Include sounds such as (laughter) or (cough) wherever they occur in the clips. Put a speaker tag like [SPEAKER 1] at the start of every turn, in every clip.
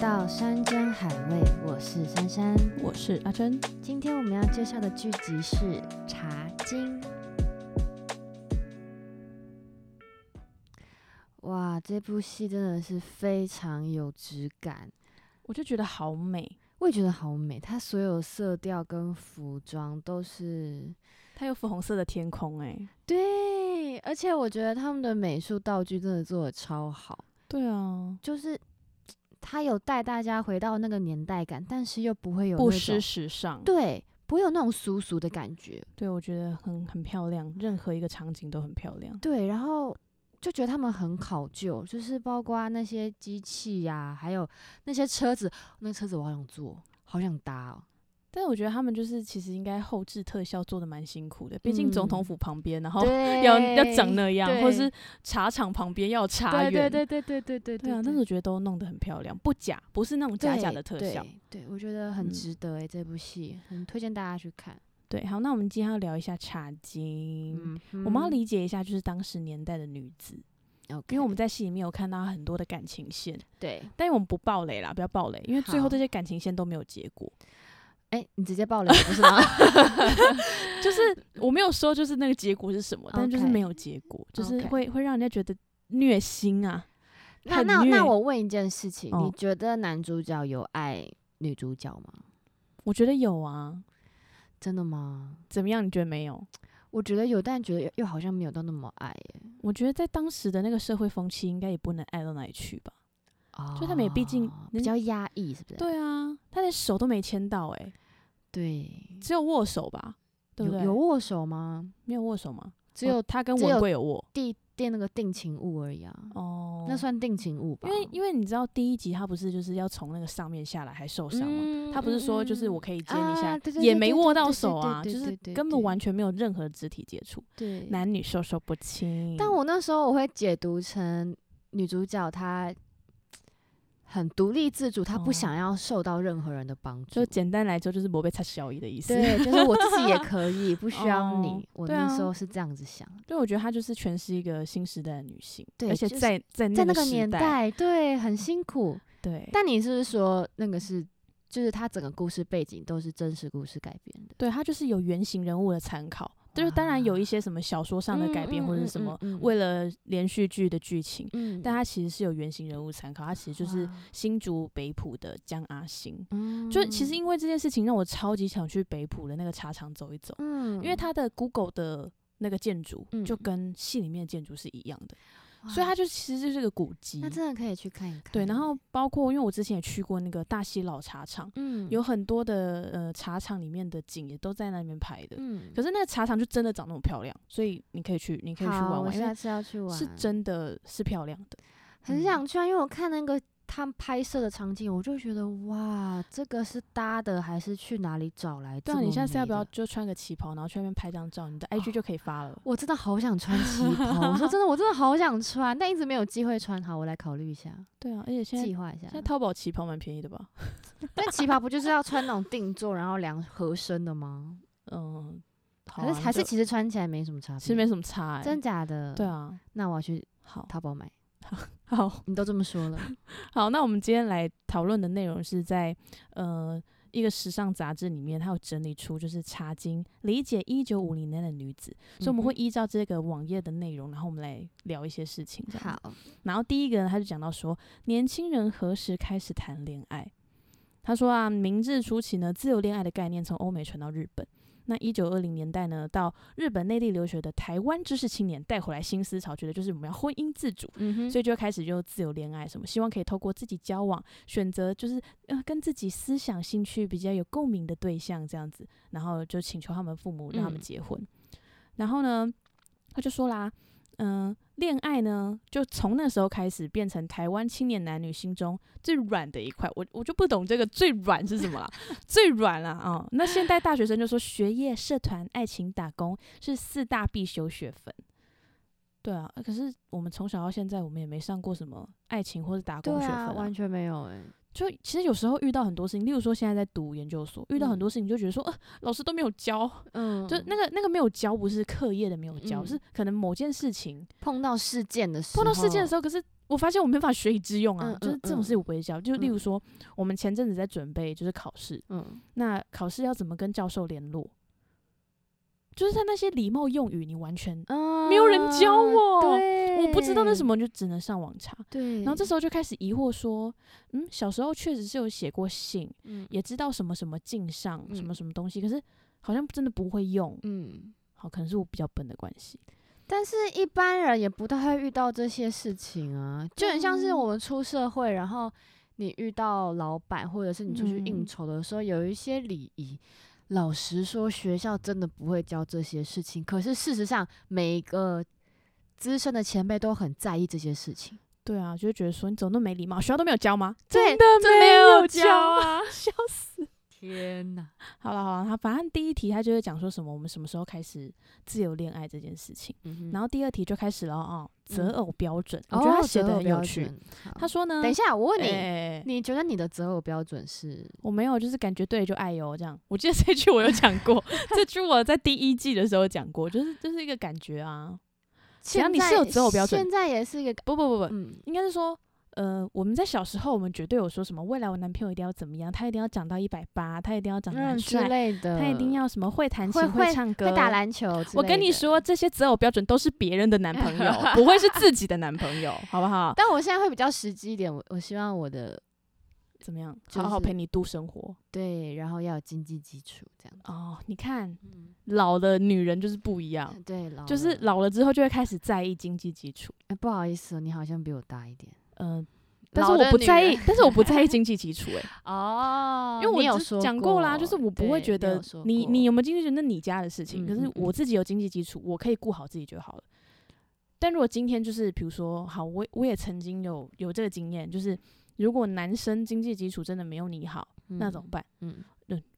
[SPEAKER 1] 到山珍海味，我是珊珊。
[SPEAKER 2] 我是阿珍。
[SPEAKER 1] 今天我们要介绍的剧集是《茶经》。哇，这部戏真的是非常有质感，
[SPEAKER 2] 我就觉得好美，
[SPEAKER 1] 我也觉得好美。它所有色调跟服装都是
[SPEAKER 2] 它有粉红色的天空、哎，
[SPEAKER 1] 对，而且我觉得他们的美术道具真的做的超好，
[SPEAKER 2] 对啊，
[SPEAKER 1] 就是它有带大家回到那个年代感，但是又不会有
[SPEAKER 2] 不
[SPEAKER 1] 那种
[SPEAKER 2] 失时尚，
[SPEAKER 1] 对，不会有那种俗俗的感觉。
[SPEAKER 2] 对我觉得很很漂亮，任何一个场景都很漂亮。
[SPEAKER 1] 对，然后就觉得他们很考究，就是包括那些机器呀、还有那些车子，那车子我好想坐，好想搭哦。
[SPEAKER 2] 但是我觉得他们就是其实应该后置特效做的蛮辛苦的，毕竟总统
[SPEAKER 1] 嗯
[SPEAKER 2] 府旁边，然后
[SPEAKER 1] 对
[SPEAKER 2] 哦要要
[SPEAKER 1] (laughs)
[SPEAKER 2] 长那样，或
[SPEAKER 1] 对
[SPEAKER 2] 是茶厂旁边要有茶
[SPEAKER 1] 对
[SPEAKER 2] 园，
[SPEAKER 1] 对对对对对对
[SPEAKER 2] 对啊，但是我觉得都弄得很漂亮，不假，不是那种假假的特效。
[SPEAKER 1] 对，对我觉得很
[SPEAKER 2] 嗯
[SPEAKER 1] 值得诶、欸这部戏很推荐大家去看。
[SPEAKER 2] 对，好，那我们今天要聊一下茶经。
[SPEAKER 1] 嗯，
[SPEAKER 2] 我们要理解一下，就是当时年代的女子，
[SPEAKER 1] o
[SPEAKER 2] 因为我们在戏里面有看到很多的感情线，
[SPEAKER 1] 对，
[SPEAKER 2] 但是我们不爆雷啦，不要爆雷，因为最后
[SPEAKER 1] 好
[SPEAKER 2] 这些感情线都没有结果。
[SPEAKER 1] 哎、你直接爆雷了不是吗？ (laughs)
[SPEAKER 2] 就是我没有说就是那个结果是什么，但就是
[SPEAKER 1] OK
[SPEAKER 2] 没有结果，就是
[SPEAKER 1] OK
[SPEAKER 2] 会会让人家觉得虐心啊。
[SPEAKER 1] 那
[SPEAKER 2] 很
[SPEAKER 1] 那
[SPEAKER 2] 虐
[SPEAKER 1] 那我问一件事情，你
[SPEAKER 2] 哦
[SPEAKER 1] 觉得男主角有爱女主角吗？
[SPEAKER 2] 我觉得有啊，
[SPEAKER 1] 真的吗？
[SPEAKER 2] 怎么样？你觉得没有？
[SPEAKER 1] 我觉得有，但觉得又又好像没有到那么爱耶。
[SPEAKER 2] 我觉得在当时的那个社会风气，应该也不能爱到哪里去吧。就他们也毕竟
[SPEAKER 1] 哦比
[SPEAKER 2] 人
[SPEAKER 1] 较压抑，是不是？
[SPEAKER 2] 对啊，他连手都没牵到、欸，
[SPEAKER 1] 对，
[SPEAKER 2] 只有握手吧，对不
[SPEAKER 1] 有
[SPEAKER 2] 对？
[SPEAKER 1] 有握手吗？
[SPEAKER 2] 没有握手吗？
[SPEAKER 1] 只
[SPEAKER 2] 哦
[SPEAKER 1] 有
[SPEAKER 2] 他跟
[SPEAKER 1] 只
[SPEAKER 2] 文
[SPEAKER 1] 有
[SPEAKER 2] 贵有握
[SPEAKER 1] 递订那个定情物而已啊，
[SPEAKER 2] 哦，
[SPEAKER 1] 那算定情物吧？
[SPEAKER 2] 因为因为你知道第一集他不是就是要从那个上面下来还受伤吗？
[SPEAKER 1] 嗯
[SPEAKER 2] 他不是说就是我
[SPEAKER 1] 嗯
[SPEAKER 2] 可以接你一下，
[SPEAKER 1] 啊对对
[SPEAKER 2] 也
[SPEAKER 1] 对
[SPEAKER 2] 没
[SPEAKER 1] 对
[SPEAKER 2] 握
[SPEAKER 1] 对
[SPEAKER 2] 到
[SPEAKER 1] 对
[SPEAKER 2] 手
[SPEAKER 1] 对
[SPEAKER 2] 啊，
[SPEAKER 1] 对
[SPEAKER 2] 就
[SPEAKER 1] 对
[SPEAKER 2] 是
[SPEAKER 1] 对
[SPEAKER 2] 根本
[SPEAKER 1] 对
[SPEAKER 2] 完全没有任何肢体接触，
[SPEAKER 1] 对。
[SPEAKER 2] 男女授受不亲。
[SPEAKER 1] 但我那时候我会解读成女主角她很独立自主，她不
[SPEAKER 2] 哦
[SPEAKER 1] 想要受到任何人的帮助
[SPEAKER 2] 就。简单来说，就是我被擦小姨的意思。
[SPEAKER 1] 对，就是我自己也可
[SPEAKER 2] (laughs)
[SPEAKER 1] 以，不需要你。
[SPEAKER 2] 哦
[SPEAKER 1] 我
[SPEAKER 2] 对
[SPEAKER 1] 那
[SPEAKER 2] 啊
[SPEAKER 1] 时候是这样子想，
[SPEAKER 2] (laughs) 对，我觉得她就是全是一个新时代的女性，
[SPEAKER 1] 对
[SPEAKER 2] 而且
[SPEAKER 1] 就是
[SPEAKER 2] 在在
[SPEAKER 1] 在
[SPEAKER 2] 那
[SPEAKER 1] 那
[SPEAKER 2] 个
[SPEAKER 1] 个
[SPEAKER 2] 时
[SPEAKER 1] 年代，对，很辛苦。
[SPEAKER 2] 对，
[SPEAKER 1] 但你是不是说那个是，就是他整个故事背景都是真实故事改编的？
[SPEAKER 2] 对她就是有原型人物的参考。就是当然有一些什么小说上的改编
[SPEAKER 1] 啊嗯
[SPEAKER 2] 或者
[SPEAKER 1] 嗯
[SPEAKER 2] 是什
[SPEAKER 1] 嗯
[SPEAKER 2] 么
[SPEAKER 1] 嗯嗯
[SPEAKER 2] 为了连续剧的剧情，
[SPEAKER 1] 嗯
[SPEAKER 2] 但它其实是有原型人物参考，它其实就是
[SPEAKER 1] 哇
[SPEAKER 2] 新竹北浦的江阿星。
[SPEAKER 1] 嗯
[SPEAKER 2] 就其实因为这件事情，让我超级想去北浦的那个茶厂走一走，
[SPEAKER 1] 嗯
[SPEAKER 2] 因为它的 Google 的那个建筑
[SPEAKER 1] 嗯
[SPEAKER 2] 就跟戏里面的建筑是一样的，
[SPEAKER 1] 哇
[SPEAKER 2] 所以它就其实就是个古迹
[SPEAKER 1] 那。真的可以去看一看。
[SPEAKER 2] 对，然后包括因为我之前也去过那个大溪老茶厂，
[SPEAKER 1] 嗯
[SPEAKER 2] 有很多的呃茶厂里面的景也都在那边拍的。
[SPEAKER 1] 嗯，
[SPEAKER 2] 可是那个茶厂就真的长那么漂亮，所以你可以去，你可以去
[SPEAKER 1] 好
[SPEAKER 2] 玩
[SPEAKER 1] 我
[SPEAKER 2] 玩，因
[SPEAKER 1] 下
[SPEAKER 2] 为
[SPEAKER 1] 次要去玩，
[SPEAKER 2] 是真的是漂亮的。
[SPEAKER 1] 很
[SPEAKER 2] 嗯
[SPEAKER 1] 想去啊，因为我看那个。他们拍摄的场景，我就觉得哇，这个是搭的还是去哪里找来？
[SPEAKER 2] 对啊，你下次要不要
[SPEAKER 1] 这么美的？
[SPEAKER 2] 就穿个旗袍，然后去那边拍张照，你的
[SPEAKER 1] 哦
[SPEAKER 2] IG 就可以发了。
[SPEAKER 1] 我真的好想穿旗袍，我
[SPEAKER 2] (laughs)
[SPEAKER 1] 说真的，我真的好想穿，但一直没有机会穿。好，我来考虑一下，
[SPEAKER 2] 对啊，而且现在
[SPEAKER 1] 计划一下
[SPEAKER 2] 现。在淘宝旗袍蛮便宜的吧？
[SPEAKER 1] (laughs) 但旗袍不就是要穿那种定做，然后量合身的吗？
[SPEAKER 2] 嗯，好
[SPEAKER 1] 还
[SPEAKER 2] 啊
[SPEAKER 1] 是还是
[SPEAKER 2] 就
[SPEAKER 1] 其实穿起来没什么差别？
[SPEAKER 2] 其实没什么差、欸，
[SPEAKER 1] 真假的？
[SPEAKER 2] 对，啊。
[SPEAKER 1] 那我要去
[SPEAKER 2] 好，
[SPEAKER 1] 淘宝买。
[SPEAKER 2] 好，
[SPEAKER 1] 你都这么说了，
[SPEAKER 2] 好，那我们今天来讨论的内容是在呃一个时尚杂志里面，它有整理出就是茶经理解一九五零年的女子，所以我们会
[SPEAKER 1] 嗯
[SPEAKER 2] 依照这个网页的内容，然后我们来聊一些事情。 (laughs) 这
[SPEAKER 1] 哼
[SPEAKER 2] 样子
[SPEAKER 1] 好，
[SPEAKER 2] 然后第一个呢，他就讲到说，年轻人何时开始谈恋爱？他说啊，明治初期呢，自由恋爱的概念从欧美传到日本。那一九二零年代呢，到日本内地留学的台湾知识青年带回来新思潮，觉得就是我们要婚姻自主，
[SPEAKER 1] 嗯哼，
[SPEAKER 2] 所以就开始就自由恋爱什么，希望可以透过自己交往，选择就是呃跟自己思想兴趣比较有共鸣的对象这样子，然后就请求他们父母让他们
[SPEAKER 1] 嗯
[SPEAKER 2] 结婚。然后呢，他就说啦，嗯、恋爱呢就从那时候开始变成台湾青年男女心中最软的一块，我我就不懂这个最软是什么啦，最软啦啊、哦那现代大学生就说学业、社团、爱情、打工是四大必修学分。对啊，可是我们从小到现在，我们也没上过什么爱情或者打工
[SPEAKER 1] 对
[SPEAKER 2] 学分、
[SPEAKER 1] 啊，完全没有哎、
[SPEAKER 2] 就其实有时候遇到很多事情，例如说现在在读研究所，遇到很多事情就觉得说，呃，老师都没有教，
[SPEAKER 1] 嗯，
[SPEAKER 2] 就那个那个没有教，不是课业的没有教，
[SPEAKER 1] 嗯
[SPEAKER 2] 是可能某件事情
[SPEAKER 1] 碰到事件的时候，
[SPEAKER 2] 碰到事件的时候，可是我发现我没法学以致用啊，
[SPEAKER 1] 嗯
[SPEAKER 2] 就是
[SPEAKER 1] 嗯
[SPEAKER 2] 这种事
[SPEAKER 1] 嗯
[SPEAKER 2] 我不会教。就例如
[SPEAKER 1] 嗯
[SPEAKER 2] 说，我们前阵子在准备就是考试，
[SPEAKER 1] 嗯，
[SPEAKER 2] 那考试要怎么跟教授联络？就是他那些礼貌用语，你完全
[SPEAKER 1] 没
[SPEAKER 2] 没有人教
[SPEAKER 1] 啊
[SPEAKER 2] 我
[SPEAKER 1] 对，
[SPEAKER 2] 我不知道那什。么，你就只能上网查。
[SPEAKER 1] 对，
[SPEAKER 2] 然后这时候就开始疑惑说，嗯，小时候确实是有写过信，
[SPEAKER 1] 嗯
[SPEAKER 2] 也知道什么什么敬上什么
[SPEAKER 1] 嗯
[SPEAKER 2] 什么东西，可是好像真的不会用。
[SPEAKER 1] 嗯，
[SPEAKER 2] 好，可能是我比较笨的关系。
[SPEAKER 1] 但是一般人也不太会遇到这些事情啊，就很像是我们出社会，然后你遇到老板，或者是你出去应
[SPEAKER 2] 嗯
[SPEAKER 1] 酬的时候，有一些礼仪。老实说，学校真的不会教这些事情。可是事实上，每一个资深的前辈都很在意这些事情。
[SPEAKER 2] 对啊，就会觉得说你怎么那么没礼貌，学校都没有教吗？
[SPEAKER 1] 对
[SPEAKER 2] 真的
[SPEAKER 1] 真没有教
[SPEAKER 2] 啊，笑死。
[SPEAKER 1] 天哪！
[SPEAKER 2] 好了好了，他反正第一题他就会讲说什么我们什么时候开始自由恋爱这件事情，
[SPEAKER 1] 嗯
[SPEAKER 2] 然后第二题就开始了哦，择
[SPEAKER 1] 嗯
[SPEAKER 2] 偶标准，
[SPEAKER 1] 哼，
[SPEAKER 2] 我觉得
[SPEAKER 1] 哦
[SPEAKER 2] 他写
[SPEAKER 1] 择
[SPEAKER 2] 的
[SPEAKER 1] 偶
[SPEAKER 2] 很有
[SPEAKER 1] 标
[SPEAKER 2] 趣。
[SPEAKER 1] 准。
[SPEAKER 2] 他
[SPEAKER 1] 他说
[SPEAKER 2] 说呢，
[SPEAKER 1] 等一下，我问你，
[SPEAKER 2] 哎
[SPEAKER 1] 你觉得你的择偶标准是？
[SPEAKER 2] 我没有，就是感觉对就爱哟，这样。我记得这句我有讲
[SPEAKER 1] (laughs)
[SPEAKER 2] 过，这句我在第一季的时候讲过，就是就是一个感觉啊。只要
[SPEAKER 1] 现
[SPEAKER 2] 你是
[SPEAKER 1] 在
[SPEAKER 2] 有择偶标准
[SPEAKER 1] 现在也是一个
[SPEAKER 2] 不不不不，
[SPEAKER 1] 嗯，
[SPEAKER 2] 应该是说，呃，我们在小时候，我们绝对有说什么未来我男朋友一定要怎么样，他一定要长到一百八，他一定要长得
[SPEAKER 1] 嗯
[SPEAKER 2] 很
[SPEAKER 1] 之
[SPEAKER 2] 帅，
[SPEAKER 1] 类的，
[SPEAKER 2] 他一定要什么会弹
[SPEAKER 1] 会
[SPEAKER 2] 琴、
[SPEAKER 1] 会
[SPEAKER 2] 唱歌、
[SPEAKER 1] 会打。篮球之
[SPEAKER 2] 我跟
[SPEAKER 1] 类
[SPEAKER 2] 你
[SPEAKER 1] 的，
[SPEAKER 2] 说，这些择偶标准都是别人的男朋 (laughs) 友，不会是自己的男朋友，好不好？
[SPEAKER 1] 但我现在会比较实际一点，我我希望我的
[SPEAKER 2] 怎么样？
[SPEAKER 1] 就
[SPEAKER 2] 好好
[SPEAKER 1] 是
[SPEAKER 2] 陪你度生活
[SPEAKER 1] 对，然后要有经济基础这样子。
[SPEAKER 2] 哦。你看，
[SPEAKER 1] 嗯，
[SPEAKER 2] 老的女人就是不一样，
[SPEAKER 1] 对，老
[SPEAKER 2] 就是
[SPEAKER 1] 了、
[SPEAKER 2] 老了之后就会开始在意经济基础。
[SPEAKER 1] 哎不好意思哦，你好像比我大一点
[SPEAKER 2] 嗯，但是
[SPEAKER 1] 老
[SPEAKER 2] 我
[SPEAKER 1] 的
[SPEAKER 2] 不
[SPEAKER 1] 女
[SPEAKER 2] 在
[SPEAKER 1] 人
[SPEAKER 2] (laughs) 意，但是我不在意经济基础、欸，
[SPEAKER 1] 哦
[SPEAKER 2] 因为我
[SPEAKER 1] 你有
[SPEAKER 2] 之
[SPEAKER 1] 说
[SPEAKER 2] 讲
[SPEAKER 1] 过
[SPEAKER 2] 啦，就是我不会
[SPEAKER 1] 对
[SPEAKER 2] 觉得
[SPEAKER 1] 有说
[SPEAKER 2] 你
[SPEAKER 1] 过
[SPEAKER 2] 你有没有经济基础那你家的事情，
[SPEAKER 1] 嗯
[SPEAKER 2] 可是
[SPEAKER 1] 嗯
[SPEAKER 2] 我
[SPEAKER 1] 嗯
[SPEAKER 2] 自己有经济基础，我可以顾好自己就好了。但如果今天就是比如说，好，我我也曾经有有这个经验，就是如果男生经济基础真的没有你好，那怎么办？
[SPEAKER 1] 嗯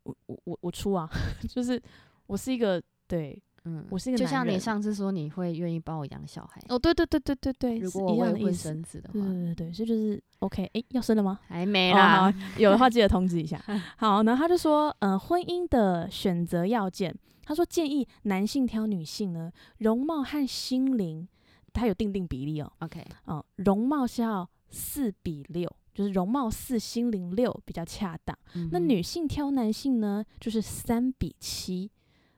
[SPEAKER 2] 我我我我出啊， (laughs) 就是我是一个对
[SPEAKER 1] 嗯，
[SPEAKER 2] 我是一个
[SPEAKER 1] 就
[SPEAKER 2] 男
[SPEAKER 1] 像你
[SPEAKER 2] 人
[SPEAKER 1] 上次说你会愿意帮我养小孩，
[SPEAKER 2] 哦，对对对对对对，
[SPEAKER 1] 如
[SPEAKER 2] 是
[SPEAKER 1] 果
[SPEAKER 2] 一
[SPEAKER 1] 我未
[SPEAKER 2] 样的意
[SPEAKER 1] 婚
[SPEAKER 2] 思，
[SPEAKER 1] 生子的话
[SPEAKER 2] 对，对对对，所以就是 OK，诶，要生了吗？
[SPEAKER 1] 还没
[SPEAKER 2] 哦
[SPEAKER 1] 啦，
[SPEAKER 2] 好 (laughs) 有的话记得通知
[SPEAKER 1] (laughs)
[SPEAKER 2] 一下。好，然后他就说，呃，婚姻的选择要件，他说建议男性挑女性呢，容貌和心灵，他有定定比例哦，
[SPEAKER 1] OK，
[SPEAKER 2] 嗯、容貌是要四比六，就是容貌四，心灵六比较恰当。那
[SPEAKER 1] 嗯哼
[SPEAKER 2] 女性挑男性呢，就是三比七、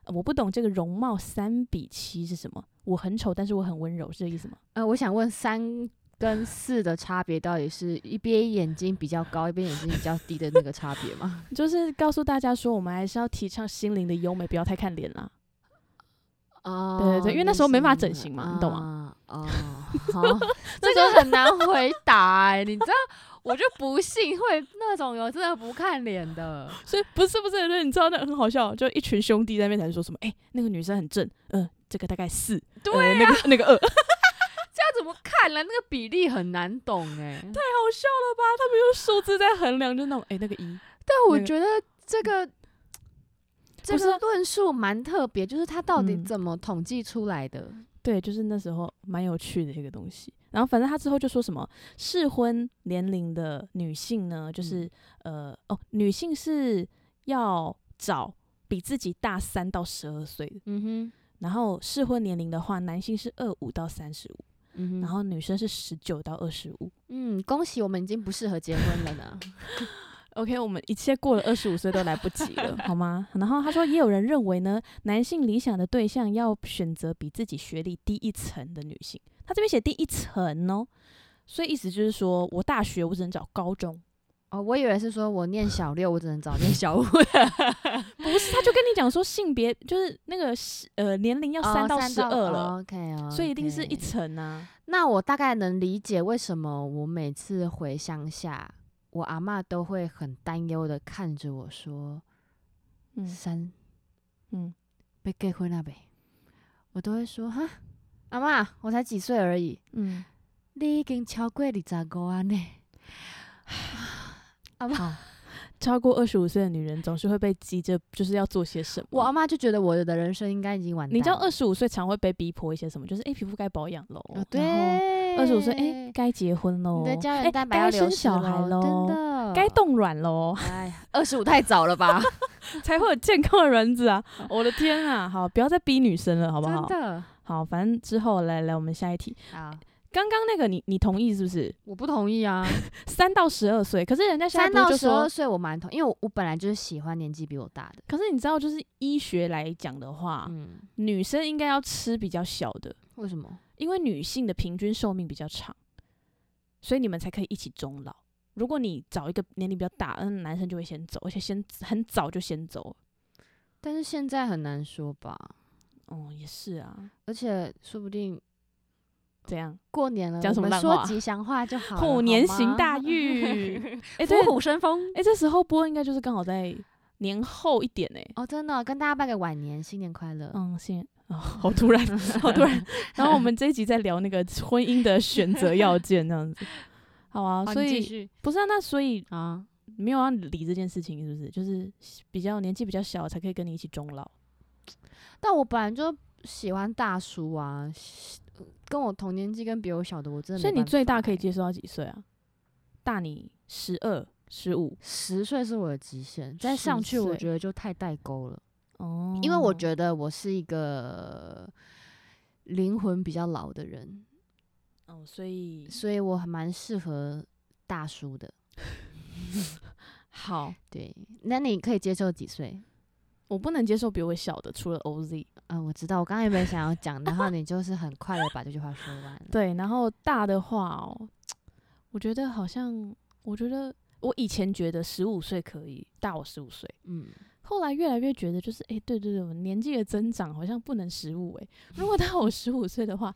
[SPEAKER 2] 呃我不懂这个容貌三比七是什么，我很丑，但是我很温柔，是这个意
[SPEAKER 1] (laughs)
[SPEAKER 2] 思吗？
[SPEAKER 1] 呃，我想问三跟四的差别到底是一边眼睛比较高，一边眼睛比较低的那个差别吗？
[SPEAKER 2] 就是告诉大家说，我们还是要提倡心灵的优美，不要太看脸啦。
[SPEAKER 1] 哦
[SPEAKER 2] 对对对因为那时候没办法整形嘛你懂
[SPEAKER 1] 吗？哦， (laughs) 好，这个很难回答哎、你知道，我就不信会那种有真的不看脸的，
[SPEAKER 2] 所以不是不是，就是你知道那很好笑，就一群兄弟在那边谈说什么，哎、那个女生很正，嗯、这个大概四，
[SPEAKER 1] 对
[SPEAKER 2] 呃那个那个二，太好
[SPEAKER 1] 这要怎么看了？那个比例很难懂哎、
[SPEAKER 2] 笑了吧？他们用数字在衡量，就那种，哎、那个一，
[SPEAKER 1] 但我
[SPEAKER 2] 那个
[SPEAKER 1] 觉得这个。这
[SPEAKER 2] 不是
[SPEAKER 1] 个
[SPEAKER 2] 啊
[SPEAKER 1] 论述蛮特别，就是它到底
[SPEAKER 2] 嗯
[SPEAKER 1] 怎么统计出来的？
[SPEAKER 2] 对，就是那时候蛮有趣的一个东西。然后反正他之后就说什么适婚年龄的女性呢，就是、呃哦，女性是要找比自己大三到十二岁的，
[SPEAKER 1] 嗯
[SPEAKER 2] 然后适婚年龄的话，男性是二五到三十五，
[SPEAKER 1] 哼，嗯哼，
[SPEAKER 2] 然后女生是十九到二十五。
[SPEAKER 1] 嗯，恭喜我们已经不适合结婚了呢。 (laughs)
[SPEAKER 2] OK，我们一切过了二十五岁都来不及
[SPEAKER 1] (laughs)
[SPEAKER 2] 了，好吗？然后他说，也有人认为呢，男性理想的对象要选择比自己学历低一层的女性。他这边写低一层哦，所以意思就是说我大学我只能找高中，
[SPEAKER 1] 哦，我以为是说我念小六，我只能早 (laughs) 念小五。
[SPEAKER 2] 不是？他就跟你讲说性别就是那个是呃年龄要三到十二了，
[SPEAKER 1] o k 哦，
[SPEAKER 2] 所以一定是一。层啊。
[SPEAKER 1] 那我大概能理解为什么我每次回乡下，我阿嬷都会很担忧的看着我说：“
[SPEAKER 2] 嗯
[SPEAKER 1] 三
[SPEAKER 2] 嗯，
[SPEAKER 1] 被结婚了呗。”我都会说：“哈，阿嬷，我才几岁而已，
[SPEAKER 2] 嗯，
[SPEAKER 1] 你已经超过二十五啊呢。”阿嬷，
[SPEAKER 2] 好。超过二十五岁的女人总是会被急着就是要做些什么。
[SPEAKER 1] 我阿嬷就觉得我的人生应该已经完蛋了。
[SPEAKER 2] 你知道二十五岁常会被逼迫一些什么？就是哎、诶皮肤该保养喽、
[SPEAKER 1] 哦，
[SPEAKER 2] 然后
[SPEAKER 1] 对，
[SPEAKER 2] 二十五岁哎，该结婚
[SPEAKER 1] 嗯
[SPEAKER 2] 喽，
[SPEAKER 1] 你的胶
[SPEAKER 2] 诶
[SPEAKER 1] 原蛋白要
[SPEAKER 2] 该
[SPEAKER 1] 流
[SPEAKER 2] 生
[SPEAKER 1] 失
[SPEAKER 2] 小孩
[SPEAKER 1] 咯
[SPEAKER 2] 喽
[SPEAKER 1] 真，的
[SPEAKER 2] 该。冻卵
[SPEAKER 1] (laughs)
[SPEAKER 2] 喽，
[SPEAKER 1] 哎呀，二十五太早了吧？
[SPEAKER 2] 才会有健康的
[SPEAKER 1] (laughs)
[SPEAKER 2] 卵子啊！我的 (laughs) 天啊，好，不要再逼女生了，好不好？
[SPEAKER 1] 真的。
[SPEAKER 2] 好，反正之后来来，我们下一题。
[SPEAKER 1] 好，
[SPEAKER 2] 刚刚那个你你同意是不是？
[SPEAKER 1] 我不同意啊，
[SPEAKER 2] 三到十二岁，可是人家现在
[SPEAKER 1] 三
[SPEAKER 2] 不是
[SPEAKER 1] 到
[SPEAKER 2] 就
[SPEAKER 1] 十二
[SPEAKER 2] 说，
[SPEAKER 1] 岁我蛮同，因为我我本来就是喜欢年纪比我大的，
[SPEAKER 2] 可是你知道，就是医学来讲的话，
[SPEAKER 1] 嗯，
[SPEAKER 2] 女生应该要吃比较小的，
[SPEAKER 1] 为什么？
[SPEAKER 2] 因为女性的平均寿命比较长，所以你们才可以一起终老。如果你找一个年龄比较大，嗯，男生就会先走，而且先很早就先走。
[SPEAKER 1] 但是现在很难说吧，
[SPEAKER 2] 哦，也是啊，
[SPEAKER 1] 而且说不定
[SPEAKER 2] 这样
[SPEAKER 1] 过年了，
[SPEAKER 2] 讲什么
[SPEAKER 1] 我们
[SPEAKER 2] 烂
[SPEAKER 1] 说
[SPEAKER 2] 话
[SPEAKER 1] 吉祥话就好了，
[SPEAKER 2] 虎年行 (laughs) 大运。 (laughs) 哎、对，
[SPEAKER 1] 虎虎生风。
[SPEAKER 2] 哎、这时候播应该就是刚好在年后一点哎、
[SPEAKER 1] 哦，真的、跟大家拜个晚年，新年快乐。
[SPEAKER 2] (laughs) 嗯，先哦，好突然，好突 (laughs) 然。然后我们这一集在聊那个婚姻的选择要件，这样子。 (laughs) 好
[SPEAKER 1] 哦
[SPEAKER 2] 啊，所以
[SPEAKER 1] 以
[SPEAKER 2] 不是啊，那所以
[SPEAKER 1] 啊，
[SPEAKER 2] 没有要理这件事情，是不是？就是比较年纪比较小才可以跟你一起终老。
[SPEAKER 1] 但我本来就喜欢大叔啊，喜跟我同年纪跟比我小的，我真的
[SPEAKER 2] 所
[SPEAKER 1] 没办法欸。
[SPEAKER 2] 以你最大可以接受到几岁啊？大你十二、十五
[SPEAKER 1] 十岁是我的极限，再上去
[SPEAKER 2] 10岁
[SPEAKER 1] 我觉得就太代沟了，
[SPEAKER 2] 哦
[SPEAKER 1] 因为我觉得我是一个灵魂比较老的人，
[SPEAKER 2] 得，哦，所以
[SPEAKER 1] 所以我还蛮适合大叔的。
[SPEAKER 2] 好，
[SPEAKER 1] 对，那你可以接受几岁？
[SPEAKER 2] 我不能接受比我小的，除了 OZ。
[SPEAKER 1] 啊、我知道，我刚刚原本想要讲，然后你就是很快的把这句话说完了。
[SPEAKER 2] 对，然后大的话哦，我觉得好像，我觉得我以前觉得十五岁可以大我十五岁，
[SPEAKER 1] 嗯，
[SPEAKER 2] 后来越来越觉得就是，哎、对对对，我年纪的增长好像不能十五哎，如果大我十五岁的话，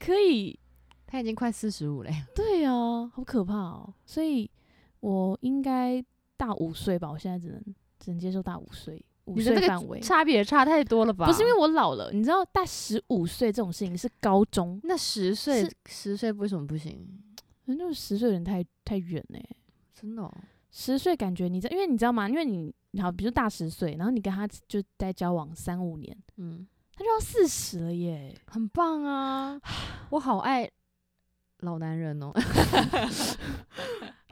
[SPEAKER 2] 可以，
[SPEAKER 1] 他已经快四十五了耶，
[SPEAKER 2] 对啊，好可怕哦，所以我应该大五岁吧，我现在只能只能接受大五岁，五
[SPEAKER 1] 你的
[SPEAKER 2] 岁
[SPEAKER 1] 那
[SPEAKER 2] 范围
[SPEAKER 1] 个。差别也差太多了吧？
[SPEAKER 2] 不是因为我老了，你知道，大十五岁这种事情是高中，
[SPEAKER 1] 那十岁
[SPEAKER 2] 是，
[SPEAKER 1] 十岁为什么不行？
[SPEAKER 2] 那就是十岁有点太太远哎、
[SPEAKER 1] 真的、哦，
[SPEAKER 2] 十岁感觉你在，因为你知道吗？因为你好，比如大十岁，然后你跟他就在交往三五年，
[SPEAKER 1] 嗯，
[SPEAKER 2] 他就要四十了耶。
[SPEAKER 1] 很棒啊， (sighs) 我好爱老男人哦。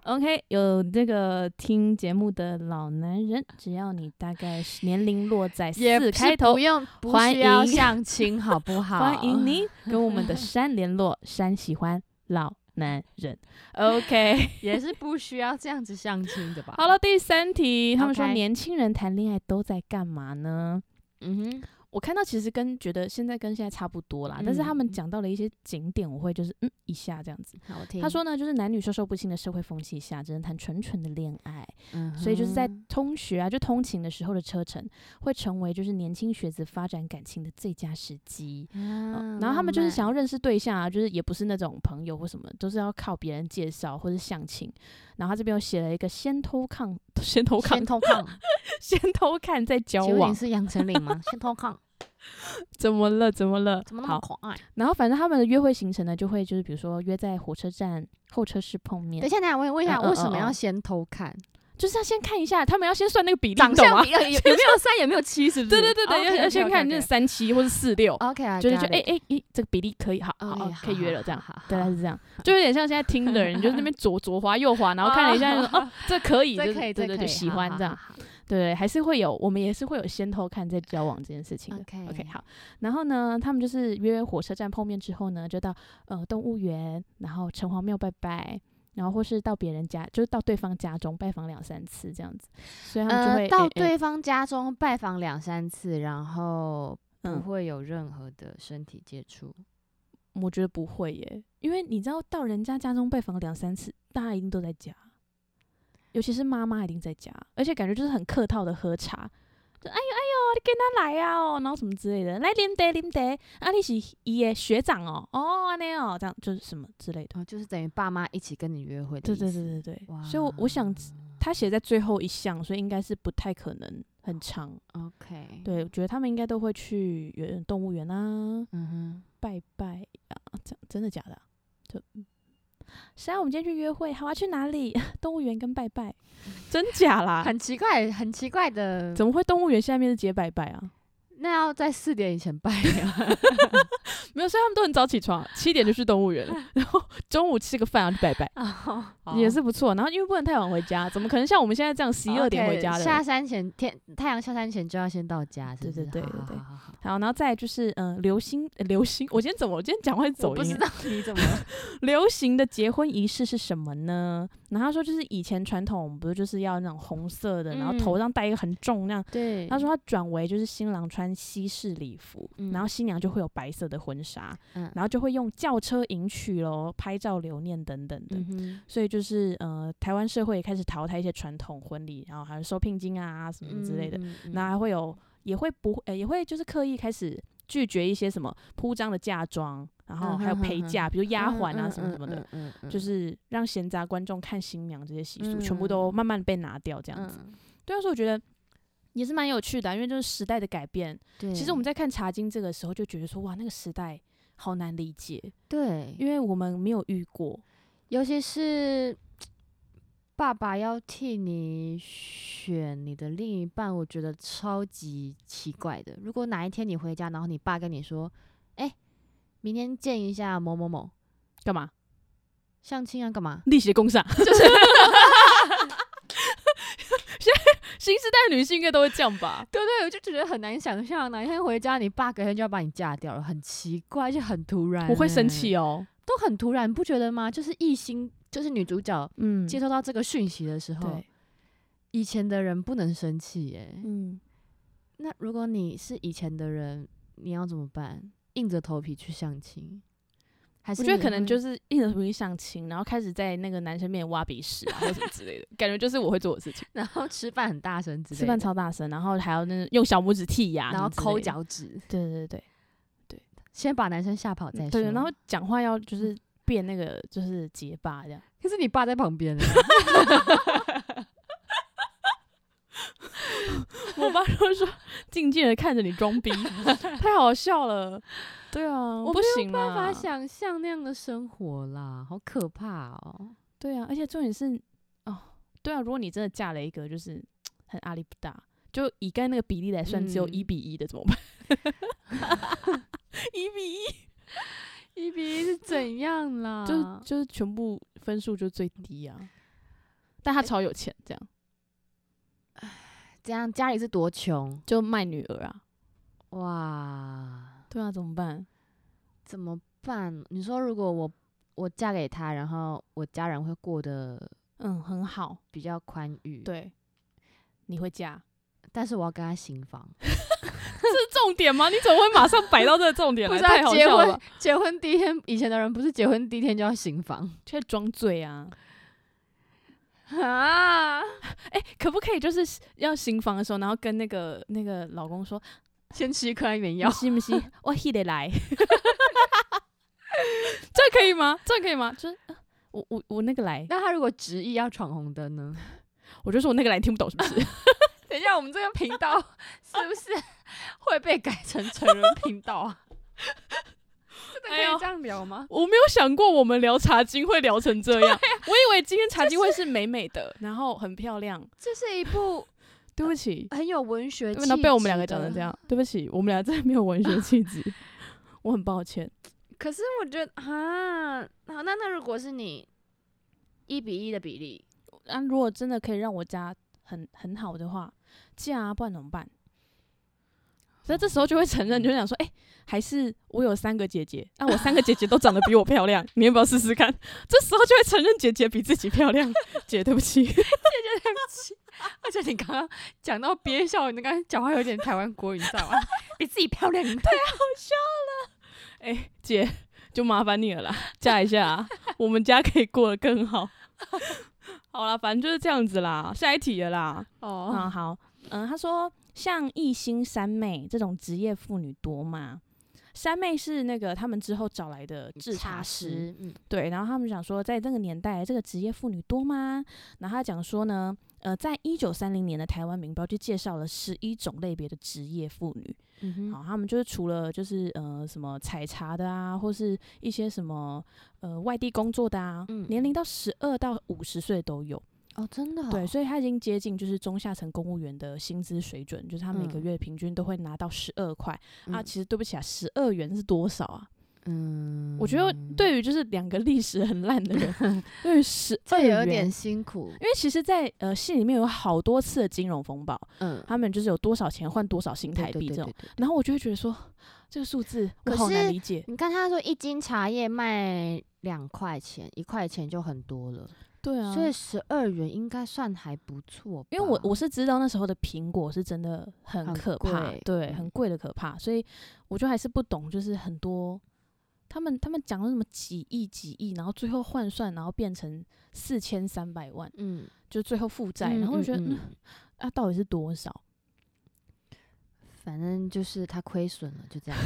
[SPEAKER 2] OK，有这个听节目的老男人，只要你大概是年龄落在
[SPEAKER 1] 也
[SPEAKER 2] 四
[SPEAKER 1] 是
[SPEAKER 2] 开头
[SPEAKER 1] 不，用，不
[SPEAKER 2] 欢
[SPEAKER 1] 需要
[SPEAKER 2] 迎
[SPEAKER 1] 相亲，好不 (laughs) 好？
[SPEAKER 2] 欢迎您跟我们的山联络。山喜欢老男 (laughs) 人。OK，
[SPEAKER 1] 也是不需要这样子相亲的吧？
[SPEAKER 2] 好，了，第三题，他们说
[SPEAKER 1] OK
[SPEAKER 2] 年轻人谈恋爱都在干嘛呢？
[SPEAKER 1] 嗯哼，
[SPEAKER 2] 我看到其实跟觉得现在跟现在差不多啦，但是他们
[SPEAKER 1] 嗯
[SPEAKER 2] 讲到了一些景点，我会就是嗯一下这样子。
[SPEAKER 1] 好，我听。
[SPEAKER 2] 他说呢，就是男女授受不亲的社会风气下，只能谈纯纯的恋爱，
[SPEAKER 1] 嗯哼，
[SPEAKER 2] 所以就是在通学啊，就通勤的时候的车程，会成为就是年轻学子发展感情的最佳时机。
[SPEAKER 1] 啊
[SPEAKER 2] 呃然后他们就是
[SPEAKER 1] 浪漫
[SPEAKER 2] 想要认识对象啊，就是也不是那种朋友或什么，都是要靠别人介绍或是相亲。然后他这边又写了一个先偷看， (laughs) 先偷看
[SPEAKER 1] 先，偷
[SPEAKER 2] (laughs)
[SPEAKER 1] 看，
[SPEAKER 2] 先偷看再交
[SPEAKER 1] 请问
[SPEAKER 2] 往
[SPEAKER 1] 你，是杨丞琳
[SPEAKER 2] (laughs)
[SPEAKER 1] 吗？先偷看，
[SPEAKER 2] 怎么了？怎么了？
[SPEAKER 1] 怎么那
[SPEAKER 2] 好嗯
[SPEAKER 1] 么可爱？
[SPEAKER 2] 然后反正他们的约会行程呢，就会就是比如说约在火车站候车室碰面
[SPEAKER 1] 等一，下，等一下，我也问一下，
[SPEAKER 2] 嗯嗯
[SPEAKER 1] 为什么
[SPEAKER 2] 嗯
[SPEAKER 1] 要
[SPEAKER 2] 嗯
[SPEAKER 1] 先偷看？
[SPEAKER 2] 就是要先看一下，他们要先算那个比例，
[SPEAKER 1] 长
[SPEAKER 2] 你懂吗
[SPEAKER 1] 相？ (laughs) 比有有有没有三，有没有七，是不是？
[SPEAKER 2] 对对对对，
[SPEAKER 1] OK，
[SPEAKER 2] 要要先看那
[SPEAKER 1] 那。
[SPEAKER 2] 三七或是四六，
[SPEAKER 1] OK 啊，
[SPEAKER 2] 就是觉得哎哎哎，这个比例可以，好好
[SPEAKER 1] OK，
[SPEAKER 2] 好
[SPEAKER 1] 哦好
[SPEAKER 2] 可以约了
[SPEAKER 1] 好
[SPEAKER 2] 这样
[SPEAKER 1] 好好。
[SPEAKER 2] 对，他是这样，就有点像现
[SPEAKER 1] (laughs)
[SPEAKER 2] 在听的人，你就是那边左左滑右滑，然后看了一下，就说哦， (laughs) 这可以，
[SPEAKER 1] 这
[SPEAKER 2] 就
[SPEAKER 1] 可以，
[SPEAKER 2] 对对
[SPEAKER 1] 可
[SPEAKER 2] 对，
[SPEAKER 1] 以
[SPEAKER 2] 喜欢这。样
[SPEAKER 1] 好。好好好
[SPEAKER 2] 对对，还是会有，我们也是会有先偷看再交往这件事情的。
[SPEAKER 1] OK
[SPEAKER 2] OK，好。然后呢，他们就是约火车站碰面之后呢，就到呃动物园，然后城隍庙拜拜，然后或是到别人家，就是到对方家中拜访两三次这样子，所以他们就会、
[SPEAKER 1] 呃，到
[SPEAKER 2] 哎哎
[SPEAKER 1] 对方家中拜访两三次，然后不
[SPEAKER 2] 嗯，
[SPEAKER 1] 会有任何的身体接触。
[SPEAKER 2] 我觉得不会耶，因为你知道到人家家中拜访两三次，大家一定都在家，尤其是妈妈一定在家，而且感觉就是很客套的喝茶，就哎呦哎呦，你跟他来啊哦，然后什么之类的，来啉茶啉茶，啊你是伊的学长哦，哦安尼哦，这样就是什么之类的。
[SPEAKER 1] 哦，就是等于爸妈一起跟你约会的
[SPEAKER 2] 对
[SPEAKER 1] 意思。
[SPEAKER 2] 对对对对，
[SPEAKER 1] 哇
[SPEAKER 2] 所以我我想他写在最后一项，所以应该是不太可能很
[SPEAKER 1] 哦
[SPEAKER 2] 长。
[SPEAKER 1] ，OK，，
[SPEAKER 2] 对，我觉得他们应该都会去园动物园啊，
[SPEAKER 1] 嗯
[SPEAKER 2] 拜拜啊，这样真的假的啊、就谁啊？我们今天去约会，好啊，去哪里？ (laughs) 动物园跟拜拜，真假
[SPEAKER 1] 哼，
[SPEAKER 2] 啦？
[SPEAKER 1] 很奇怪，很奇怪的，
[SPEAKER 2] 怎么会动物园下面是接拜拜啊？
[SPEAKER 1] 那要在四点以前拜啊。
[SPEAKER 2] 没有，所以他们都很早起床，七点就去动物园了， (laughs) 然后中午吃个饭，然后去拜拜，
[SPEAKER 1] 哦
[SPEAKER 2] (laughs) 也是不错。然后因为不能太晚回家，怎么可能像我们现在这样十一二点回家
[SPEAKER 1] 哦 OK，
[SPEAKER 2] 的？
[SPEAKER 1] 下山前天太阳下山前就要先到家，是不是？
[SPEAKER 2] 对对对
[SPEAKER 1] 好
[SPEAKER 2] 对对
[SPEAKER 1] 好好好好
[SPEAKER 2] 好，然后再来就是嗯、呃流行、呃流行，我今天怎么我今天讲话
[SPEAKER 1] 我
[SPEAKER 2] 走
[SPEAKER 1] 不
[SPEAKER 2] 音
[SPEAKER 1] 知
[SPEAKER 2] 啊？
[SPEAKER 1] 道你怎么了
[SPEAKER 2] 流行的结婚仪式是什么呢？然后他说就是以前传统我们不是就是要那种红色的，然后
[SPEAKER 1] 嗯
[SPEAKER 2] 头上戴一个很重那样。
[SPEAKER 1] (laughs) 对，
[SPEAKER 2] 他说他转为就是新郎穿西式礼服，
[SPEAKER 1] 嗯
[SPEAKER 2] 然后新娘就会有白色的婚纱，
[SPEAKER 1] 嗯
[SPEAKER 2] 然后就会用轿车迎娶咯，拍照留念等等的。
[SPEAKER 1] 嗯哼
[SPEAKER 2] 所以就是呃，台湾社会也开始淘汰一些传统婚礼，然后还有收聘金啊什么之类的，，
[SPEAKER 1] 嗯
[SPEAKER 2] 那、还会有也会不呃也会就是刻意开始拒绝一些什么铺张的嫁妆，然后
[SPEAKER 1] 嗯
[SPEAKER 2] 还有
[SPEAKER 1] 哼
[SPEAKER 2] 陪
[SPEAKER 1] 哼
[SPEAKER 2] 嫁，比如丫鬟啊什么什么的，，
[SPEAKER 1] 嗯嗯嗯嗯嗯嗯
[SPEAKER 2] 就是让闲杂观众看新娘这些习俗，全部都慢慢被拿掉这样子。
[SPEAKER 1] 嗯
[SPEAKER 2] 对啊，所以我觉得。也是蛮有趣的啊、因为就是时代的改变。
[SPEAKER 1] 嗯对，
[SPEAKER 2] 其实我们在看《茶经》这个时候，就觉得说，哇，那个时代好难理解，
[SPEAKER 1] 嗯对，
[SPEAKER 2] 因为我们没有遇过。
[SPEAKER 1] 尤其是爸爸要替你选你的另一半，我觉得超级奇怪的。如果哪一天你回家，然后你爸跟你说：“哎、明天见一下某某某
[SPEAKER 2] 干嘛？
[SPEAKER 1] 相亲啊，干嘛
[SPEAKER 2] 历邪
[SPEAKER 1] (laughs)
[SPEAKER 2] 攻煞，就是现在新时代女性应该都会这样吧？”？
[SPEAKER 1] 对对，我就觉得很难想象，哪一天回家，你爸隔天就要把你嫁掉了，很奇怪，而且很突然、欸
[SPEAKER 2] 我会生，气哦。
[SPEAKER 1] 都很突然，不觉得吗？就是一心，就是女主角
[SPEAKER 2] 嗯
[SPEAKER 1] 接收哦到这个讯息的时候，
[SPEAKER 2] 对，
[SPEAKER 1] 以前的人不能生气耶、
[SPEAKER 2] 嗯，
[SPEAKER 1] 那如果你是以前的人，你要怎么办？硬着头皮去相亲，还是
[SPEAKER 2] 我觉得
[SPEAKER 1] 你
[SPEAKER 2] 可能
[SPEAKER 1] 会
[SPEAKER 2] 就是一人不去相亲，然后开始在那个男生面前挖鼻屎啊，或什么之类的，感觉就是我会做的事情。
[SPEAKER 1] 然后吃饭很大声之类
[SPEAKER 2] 吃
[SPEAKER 1] 的，
[SPEAKER 2] 饭超大声，然后还要那用小拇指剔牙，
[SPEAKER 1] 然后抠
[SPEAKER 2] 脚。
[SPEAKER 1] 脚趾，
[SPEAKER 2] 对对对
[SPEAKER 1] 先把男生吓跑再
[SPEAKER 2] 对，
[SPEAKER 1] 说。嗯
[SPEAKER 2] 对，然后讲话要就是变那个就是结巴这样。 (laughs)
[SPEAKER 1] 可是你爸在旁边呢，
[SPEAKER 2] 我爸就说静静的看着你装逼， (laughs) 太好
[SPEAKER 1] (laughs)
[SPEAKER 2] 笑了。对啊，
[SPEAKER 1] 我
[SPEAKER 2] 不
[SPEAKER 1] 没有
[SPEAKER 2] 行
[SPEAKER 1] 无法
[SPEAKER 2] 啦。
[SPEAKER 1] 想象那样的生活啦，好可怕哦。
[SPEAKER 2] 对啊，而且重点是，哦，对啊，如果你真的嫁了一个就是很阿力不大，就以刚才那个比例来算，只有
[SPEAKER 1] 嗯
[SPEAKER 2] 一比一的怎么办？ (laughs) 一比一，
[SPEAKER 1] 一比一是怎样啦？ (laughs)
[SPEAKER 2] 就是就是全部分数就最低啊。但他超有钱，这样
[SPEAKER 1] 这样，家里是多穷
[SPEAKER 2] 就卖女儿啊。
[SPEAKER 1] 哇？
[SPEAKER 2] 对啊，怎么办？
[SPEAKER 1] 怎么办？你说如果我我嫁给他，然后我家人会过得
[SPEAKER 2] 嗯，很好，
[SPEAKER 1] 比较宽裕，
[SPEAKER 2] 对，你会嫁，
[SPEAKER 1] 但是我要跟他行房， (laughs)
[SPEAKER 2] 这是重点吗？你怎么会马上摆到这个重点来？太好
[SPEAKER 1] 结
[SPEAKER 2] 笑了吧
[SPEAKER 1] 婚，结婚第一天，以前的人不是结婚第一天就要行房
[SPEAKER 2] 却装醉啊！
[SPEAKER 1] (laughs) 啊？
[SPEAKER 2] 哎、可不可以就是要行房的时候，然后跟那个那个老公说，
[SPEAKER 1] 先吃一颗安眠
[SPEAKER 2] 不
[SPEAKER 1] 药，
[SPEAKER 2] 是不是，我起得来， (laughs) 这可以吗？这可以吗？就是呃我我我那个 (laughs) 来，
[SPEAKER 1] (laughs) 那他如果执意要闯红灯呢？
[SPEAKER 2] 我就说我那个来，你听不懂是不是？
[SPEAKER 1] 等一下，我们这个频 (laughs) 道是不是会被改成成人频道啊？ (laughs) 真的可
[SPEAKER 2] 哎呦
[SPEAKER 1] 以这样聊吗？
[SPEAKER 2] 我没有想过我们聊茶经会聊成这样，我以为今天茶经会是美美的，然后很漂亮。
[SPEAKER 1] 这是一部
[SPEAKER 2] 对不起，
[SPEAKER 1] 很有文学气
[SPEAKER 2] 对不
[SPEAKER 1] 质
[SPEAKER 2] 起，
[SPEAKER 1] 的，
[SPEAKER 2] 那被我们两个讲成这样，对不起，我们俩真的没有文学气质， (laughs) 我很抱歉。
[SPEAKER 1] 可是我觉得啊，好，那那如果是你一比一的比例，
[SPEAKER 2] 啊，如果真的可以让我家很很好的话，嫁啊，不然怎么办？所以这时候就会承认，就会想说，哎、还是我有三个姐姐，啊，我三个姐姐都长得比我漂 (laughs) 亮，你要不要试试看？这时候就会承认姐姐比自己漂亮。姐，对不起，
[SPEAKER 1] (laughs) 而且你刚刚讲到憋笑，你刚刚讲话有点台湾国语，你知道 (laughs) 吗？比自己漂亮，你对
[SPEAKER 2] 哎、姐，就麻烦你了啦，嫁一下、啊，我们家可以过得更好。 (laughs) 好啦，反正就是这样子啦，下一题了啦。
[SPEAKER 1] (laughs) 哦，
[SPEAKER 2] 啊，好，嗯，他说像一星三妹这种职业妇女多吗？三妹是那个他们之后找来的制嗯茶师，，
[SPEAKER 1] 嗯，
[SPEAKER 2] 对，然后他们想说，在这个年代，这个职业妇女多吗？然后他讲说呢，呃，在一九三零年的台湾民报就介绍了十一种类别的职业妇女，
[SPEAKER 1] 嗯哼，
[SPEAKER 2] 好，他们就是除了就是呃什么采茶的啊，或是一些什么呃外地工作的啊，
[SPEAKER 1] 嗯
[SPEAKER 2] 年龄到十二到五十岁都有。
[SPEAKER 1] 哦，真的、哦，
[SPEAKER 2] 对，所以他已经接近就是中下层公务员的薪资水准，就是他每个
[SPEAKER 1] 嗯
[SPEAKER 2] 月平均都会拿到十二块啊。
[SPEAKER 1] 嗯
[SPEAKER 2] 其实对不起啊，十二元是多少啊？
[SPEAKER 1] 嗯，
[SPEAKER 2] 我觉得对于就是两个历史很烂
[SPEAKER 1] (laughs)
[SPEAKER 2] 的人，对于十二
[SPEAKER 1] 这
[SPEAKER 2] 元，
[SPEAKER 1] 有点辛苦
[SPEAKER 2] 因，为其实在，呃戏里面有好多次的金融风暴，
[SPEAKER 1] 嗯，
[SPEAKER 2] 他们就是有多少钱换多少新
[SPEAKER 1] 对
[SPEAKER 2] 台
[SPEAKER 1] 对
[SPEAKER 2] 币
[SPEAKER 1] 对
[SPEAKER 2] 这种
[SPEAKER 1] 对，对
[SPEAKER 2] 然后我就会觉得说这个数字我
[SPEAKER 1] 可
[SPEAKER 2] 好难
[SPEAKER 1] 是
[SPEAKER 2] 理解。
[SPEAKER 1] 你看他说一斤茶叶卖两块钱，一块钱就很多了，
[SPEAKER 2] 对啊，
[SPEAKER 1] 所以十二元应该算还不错吧。
[SPEAKER 2] 因为我我是知道那时候的苹果是真的很
[SPEAKER 1] 啊很
[SPEAKER 2] 可怕，
[SPEAKER 1] 贵
[SPEAKER 2] 对，很
[SPEAKER 1] 嗯
[SPEAKER 2] 贵的可怕，所以我就还是不懂，就是很多他们他们讲的什么几亿几亿，然后最后换算，然后变成四千三百万，
[SPEAKER 1] 嗯，
[SPEAKER 2] 就最后负债，
[SPEAKER 1] 嗯
[SPEAKER 2] 然后我
[SPEAKER 1] 嗯
[SPEAKER 2] 觉得、嗯
[SPEAKER 1] 嗯
[SPEAKER 2] 啊到底是多少？ (laughs)
[SPEAKER 1] 反正就是他亏损了，就这 (laughs) 样。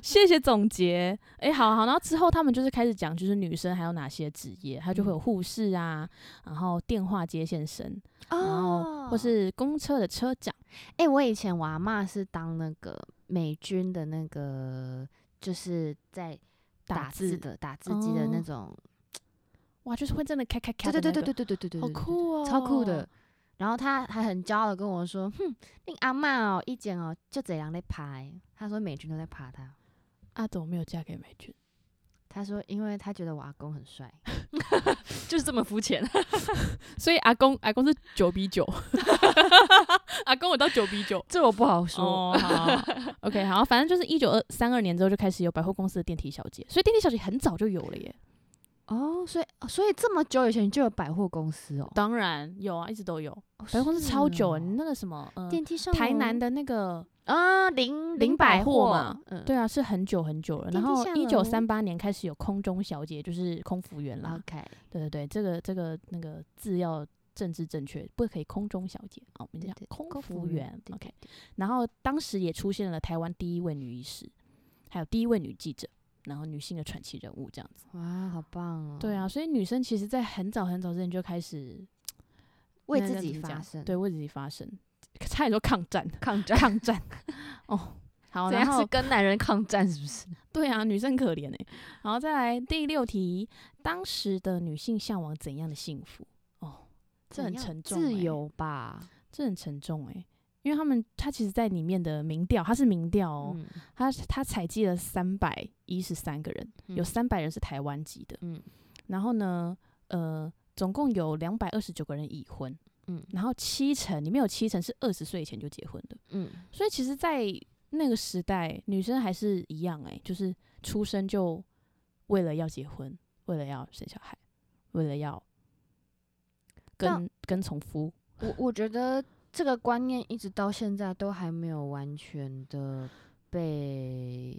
[SPEAKER 2] 谢谢总结。哎、好好，然后之后他们就是开始讲，就是女生还有哪些职业，他就会有
[SPEAKER 1] 嗯
[SPEAKER 2] 护士啊，然后电话接线生，然
[SPEAKER 1] 哦
[SPEAKER 2] 后或是公车的车长。
[SPEAKER 1] 哎、我以前我阿嬷是当那个美军的那个，就是在
[SPEAKER 2] 打
[SPEAKER 1] 打字
[SPEAKER 2] 字
[SPEAKER 1] 的打字机的那
[SPEAKER 2] 哦
[SPEAKER 1] 种，
[SPEAKER 2] 哇，就是会真的咔咔咔
[SPEAKER 1] 对
[SPEAKER 2] 的、
[SPEAKER 1] 对
[SPEAKER 2] 那
[SPEAKER 1] 对对对
[SPEAKER 2] 个
[SPEAKER 1] 对对对对，
[SPEAKER 2] 好
[SPEAKER 1] 对，
[SPEAKER 2] 酷哦，
[SPEAKER 1] 超酷的。。然后他还很骄傲的跟我说：“哼，那阿嬷哦，一剪哦，就这样在拍。”他说美军都在爬他。
[SPEAKER 2] 阿斗啊没有嫁给美军，
[SPEAKER 1] 他说：“因为他觉得我阿公很帅， (laughs) 就是这么肤浅。啊
[SPEAKER 2] 所以阿公阿公是九比 (laughs) 九，阿公我到九比 (laughs) 九”。
[SPEAKER 1] (laughs) 这我不好
[SPEAKER 2] 哦，好，OK，好，反正就是一九二三二年之后就开始有百货公司的电梯小姐，所以电梯小姐很早就有了耶。
[SPEAKER 1] 哦，所以哦所以这么久以前就有百货公司哦，
[SPEAKER 2] 当然有啊，一直都有。
[SPEAKER 1] 哦
[SPEAKER 2] 百货公司超久，欸
[SPEAKER 1] 是
[SPEAKER 2] 你
[SPEAKER 1] 哦
[SPEAKER 2] 那个什么，呃，
[SPEAKER 1] 电梯上哦
[SPEAKER 2] 台
[SPEAKER 1] 楼
[SPEAKER 2] 南的那个，
[SPEAKER 1] 啊零
[SPEAKER 2] 林
[SPEAKER 1] 零
[SPEAKER 2] 百
[SPEAKER 1] 百
[SPEAKER 2] 货
[SPEAKER 1] 货
[SPEAKER 2] 嘛，
[SPEAKER 1] 嗯，
[SPEAKER 2] 对啊，是很久很久了。
[SPEAKER 1] 电
[SPEAKER 2] 然
[SPEAKER 1] 梯
[SPEAKER 2] 后
[SPEAKER 1] 下
[SPEAKER 2] 一九三
[SPEAKER 1] 楼
[SPEAKER 2] 八年开始有空中小姐，就是空服员啦。
[SPEAKER 1] ，OK，
[SPEAKER 2] 对对对，这个这个那个字要政治正确，不可以空中小姐啊，我们
[SPEAKER 1] 对
[SPEAKER 2] 讲
[SPEAKER 1] 对
[SPEAKER 2] 空
[SPEAKER 1] 空
[SPEAKER 2] 服
[SPEAKER 1] 服员
[SPEAKER 2] 员。
[SPEAKER 1] 对
[SPEAKER 2] OK，然后当时也出现了台湾第一位女医师，还有第一位女记者，然后女性的传奇人物这样子。
[SPEAKER 1] 哇，好棒哦，
[SPEAKER 2] 对，啊，所以女生其实，在很早很早之前就开始
[SPEAKER 1] 为
[SPEAKER 2] 那
[SPEAKER 1] 自
[SPEAKER 2] 要
[SPEAKER 1] 己
[SPEAKER 2] 怎么
[SPEAKER 1] 发
[SPEAKER 2] 讲
[SPEAKER 1] 声，
[SPEAKER 2] 对，为自己发声，差点说抗
[SPEAKER 1] (laughs)
[SPEAKER 2] 战，
[SPEAKER 1] 抗战，
[SPEAKER 2] 抗战。哦，好，
[SPEAKER 1] 怎
[SPEAKER 2] 然
[SPEAKER 1] 样
[SPEAKER 2] 后
[SPEAKER 1] 是跟男人抗战是不 (laughs) 是？
[SPEAKER 2] 对啊，女生可怜哎、然后再来第六题，当时的女性向往怎样的幸福？哦，这
[SPEAKER 1] 怎
[SPEAKER 2] 很
[SPEAKER 1] 样
[SPEAKER 2] 沉重、欸
[SPEAKER 1] 自，由吧，
[SPEAKER 2] 这很沉重哎、因为他们他其实，在里面的民调，他是民调哦，
[SPEAKER 1] 嗯，
[SPEAKER 2] 他他采集了三百一十三个人，有
[SPEAKER 1] 嗯
[SPEAKER 2] 三百人是台湾籍的，
[SPEAKER 1] 嗯
[SPEAKER 2] 然后呢，呃，总共有两百二十九个人已婚，
[SPEAKER 1] 嗯
[SPEAKER 2] 然后七成里面有七成是二十岁以前就结婚的，
[SPEAKER 1] 嗯，
[SPEAKER 2] 所以其实，在那个时代，女生还是一样哎、就是出生就为了要结婚，为了要生小孩，为了要
[SPEAKER 1] 那
[SPEAKER 2] 跟跟从夫。
[SPEAKER 1] 我我觉得这个观念一直到现在都还没有完全的被，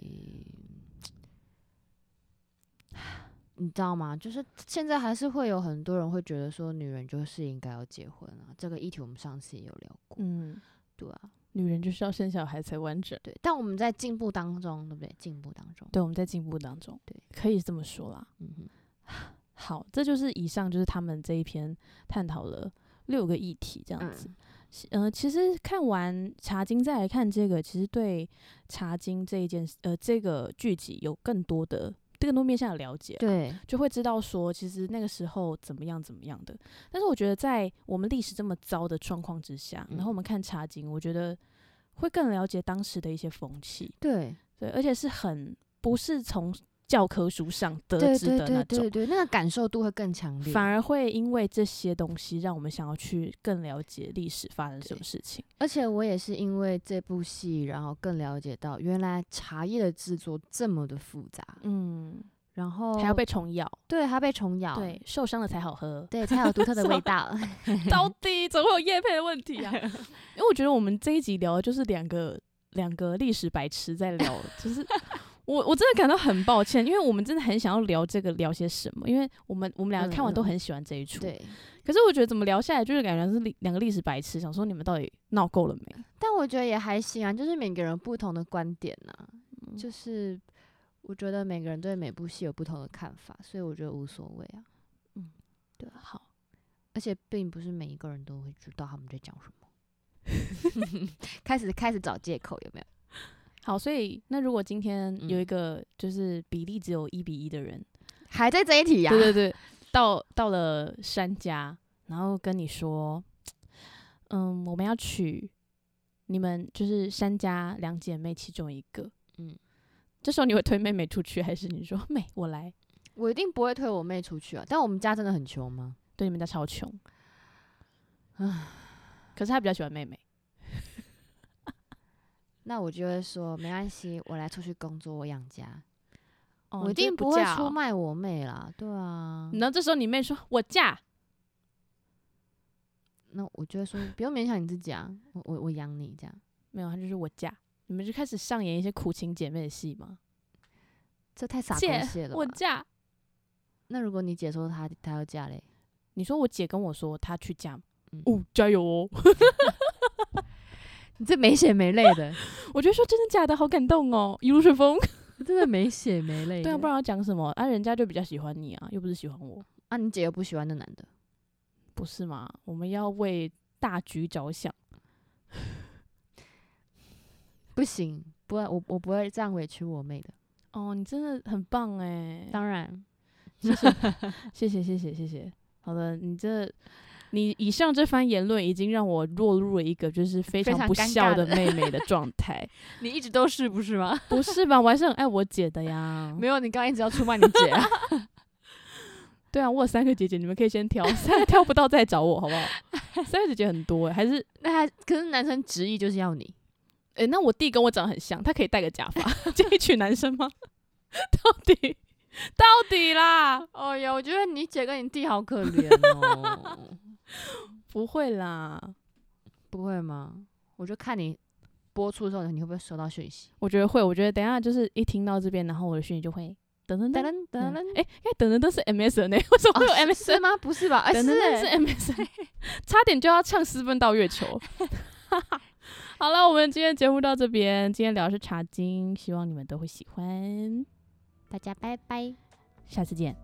[SPEAKER 1] 你知道吗？就是现在还是会有很多人会觉得说，女人就是应该要结婚啊。这个议题我们上次也有聊过，
[SPEAKER 2] 嗯，
[SPEAKER 1] 对啊，
[SPEAKER 2] 女人就是要生小孩才完整。
[SPEAKER 1] 对。但我们在进步当中，对不对？进步当中，
[SPEAKER 2] 对，我们在进步当中，
[SPEAKER 1] 对，
[SPEAKER 2] 可以这么说啦。
[SPEAKER 1] 嗯哼，
[SPEAKER 2] 好，这就是以上就是他们这一篇探讨了六个议题这样子。是呃，其实看完《茶经》再来看这个，其实对《茶经》这一件事呃这个剧集有更多的更多面向的了解啊、
[SPEAKER 1] 对，
[SPEAKER 2] 就会知道说其实那个时候怎么样怎么样的。但是我觉得在我们历史这么糟的状况之下，然后我们看《茶经》，我觉得会更了解当时的一些风气，
[SPEAKER 1] 对，
[SPEAKER 2] 对，而且是很不是从教科书上得
[SPEAKER 1] 对，
[SPEAKER 2] 知
[SPEAKER 1] 对，
[SPEAKER 2] 的那
[SPEAKER 1] 对，
[SPEAKER 2] 种
[SPEAKER 1] 对，。对，那个感受度会更强烈。
[SPEAKER 2] 反而会因为这些东西，让我们想要去更了解历史发生什
[SPEAKER 1] 对
[SPEAKER 2] 么事情。
[SPEAKER 1] 而且我也是因为这部戏，然后更了解到原来茶叶的制作这么的复杂，
[SPEAKER 2] 嗯，
[SPEAKER 1] 然后
[SPEAKER 2] 还要被虫咬，
[SPEAKER 1] 对还被虫咬，。
[SPEAKER 2] 对，受伤了才好喝
[SPEAKER 1] 对才有独
[SPEAKER 2] (laughs)
[SPEAKER 1] 特的味道。
[SPEAKER 2] 到底怎么会有叶配的问题 (laughs) 啊？因为我觉得我们这一集聊的就是两个两个历史白痴在聊，就是 (laughs) 我我真的感到很抱歉，因为我们真的很想要聊这个聊些什么，因为我们我们两个
[SPEAKER 1] 嗯
[SPEAKER 2] 看完都
[SPEAKER 1] 嗯
[SPEAKER 2] 很喜欢这一出，
[SPEAKER 1] 对，
[SPEAKER 2] 可是我觉得怎么聊下来，就是感觉是历两个历史白痴，想说你们到底闹够了没？
[SPEAKER 1] 但我觉得也还行啊，就是每个人不同的观点呐、
[SPEAKER 2] 嗯
[SPEAKER 1] 就是我觉得每个人对每部戏有不同的看法，所以我觉得无所谓啊。
[SPEAKER 2] 啊好，
[SPEAKER 1] 而且并不是每一个人都会知道他们在讲什么。 (laughs) 开始开始找借口有没有？
[SPEAKER 2] 好，所以那如果今天有一
[SPEAKER 1] 嗯
[SPEAKER 2] 个就是比例只有一比一的人，
[SPEAKER 1] 还在这一题呀、
[SPEAKER 2] 对对对，到到了山家，然后跟你说，嗯，我们要娶你们就是山家两姐妹其中一个，
[SPEAKER 1] 嗯
[SPEAKER 2] 嗯，这时候你会推妹妹出去，还是你说妹我来？
[SPEAKER 1] 我一定不会推我妹出去啊。但我们家真的很穷吗？
[SPEAKER 2] 对，你们家超穷，可是她比较喜欢妹妹，
[SPEAKER 1] 那我就会说没关系，我来出去工作，我养家，
[SPEAKER 2] 哦
[SPEAKER 1] 我一
[SPEAKER 2] 你就是
[SPEAKER 1] 定
[SPEAKER 2] 不
[SPEAKER 1] 会
[SPEAKER 2] 嫁
[SPEAKER 1] 出
[SPEAKER 2] 哦。
[SPEAKER 1] 卖我妹啦。对啊，
[SPEAKER 2] 然后这时候你妹说我嫁，
[SPEAKER 1] 那我就会说不用勉强你自己啊，我我我养你这样，
[SPEAKER 2] 没有，她就是我嫁。你们就开始上演一些苦情姐妹的戏吗？
[SPEAKER 1] 这太傻狗
[SPEAKER 2] 姐
[SPEAKER 1] 血了
[SPEAKER 2] 我
[SPEAKER 1] 吧。
[SPEAKER 2] 嫁。
[SPEAKER 1] 那如果你姐说她她要嫁嘞，
[SPEAKER 2] 你说我姐跟我说她去嫁，
[SPEAKER 1] 嗯
[SPEAKER 2] 哦，加油哦！ (laughs)
[SPEAKER 1] 你这没血没泪 (laughs) 的，
[SPEAKER 2] 我觉得说真的假的，好感动哦，一路顺风。
[SPEAKER 1] 真的没血没泪的。
[SPEAKER 2] 对啊，不然要讲什么啊？人家就比较喜欢你啊，又不是喜欢我，
[SPEAKER 1] 啊，你姐又不喜欢那男的，
[SPEAKER 2] 不是吗？我们要为大局着想。
[SPEAKER 1] 不行，不会，我我不会这样委屈我妹的。
[SPEAKER 2] 哦，你真的很棒哎！
[SPEAKER 1] 当然，
[SPEAKER 2] 谢谢，谢谢，谢谢，谢谢。好的，你这，你以上这番言论已经让我落入了一个就是非
[SPEAKER 1] 非常
[SPEAKER 2] 常不
[SPEAKER 1] 尴
[SPEAKER 2] 孝
[SPEAKER 1] 尬
[SPEAKER 2] 的
[SPEAKER 1] 的
[SPEAKER 2] 妹妹的状态，
[SPEAKER 1] 你一直都是不是吗？
[SPEAKER 2] 不是吧？我还是很爱我姐的
[SPEAKER 1] (laughs)
[SPEAKER 2] 呀。
[SPEAKER 1] 没有，你刚刚一直要出卖你姐、 (laughs) 啊。
[SPEAKER 2] 对啊，我有三个姐姐，你们可以先挑， (laughs) 实在挑不到再找我好不
[SPEAKER 1] (laughs)
[SPEAKER 2] 好？三个姐姐很多、欸，还是
[SPEAKER 1] 那还可是男生执意就是要你，
[SPEAKER 2] 诶、那我弟跟我长得很像，他可以戴个假发，
[SPEAKER 1] (laughs)
[SPEAKER 2] 这一群男生吗？ (laughs) 到底到底啦？
[SPEAKER 1] 哎呀，我觉得你姐跟你弟好可怜哦。
[SPEAKER 2] 不会啦，
[SPEAKER 1] (laughs) 不会吗？我就看你播出的时候，你会不会收到讯息？
[SPEAKER 2] 我觉得会，我觉得等一下就是一听到这边，然后我的讯息就会噔噔
[SPEAKER 1] 噔
[SPEAKER 2] 噔
[SPEAKER 1] 噔
[SPEAKER 2] 噔。哎、
[SPEAKER 1] 噔噔，
[SPEAKER 2] 诶应该等等都是 MSN 呢、为什么会有
[SPEAKER 1] 哦
[SPEAKER 2] MSN？
[SPEAKER 1] 是吗？不是吧？哎，
[SPEAKER 2] 等
[SPEAKER 1] 是
[SPEAKER 2] 等等是
[SPEAKER 1] 欸
[SPEAKER 2] MSN，差点就要唱《私奔到月球》。 (laughs) 好了，我们今天节目到这边，今天聊的是茶经，希望你们都会喜欢，
[SPEAKER 1] 大家拜拜。
[SPEAKER 2] 下次见，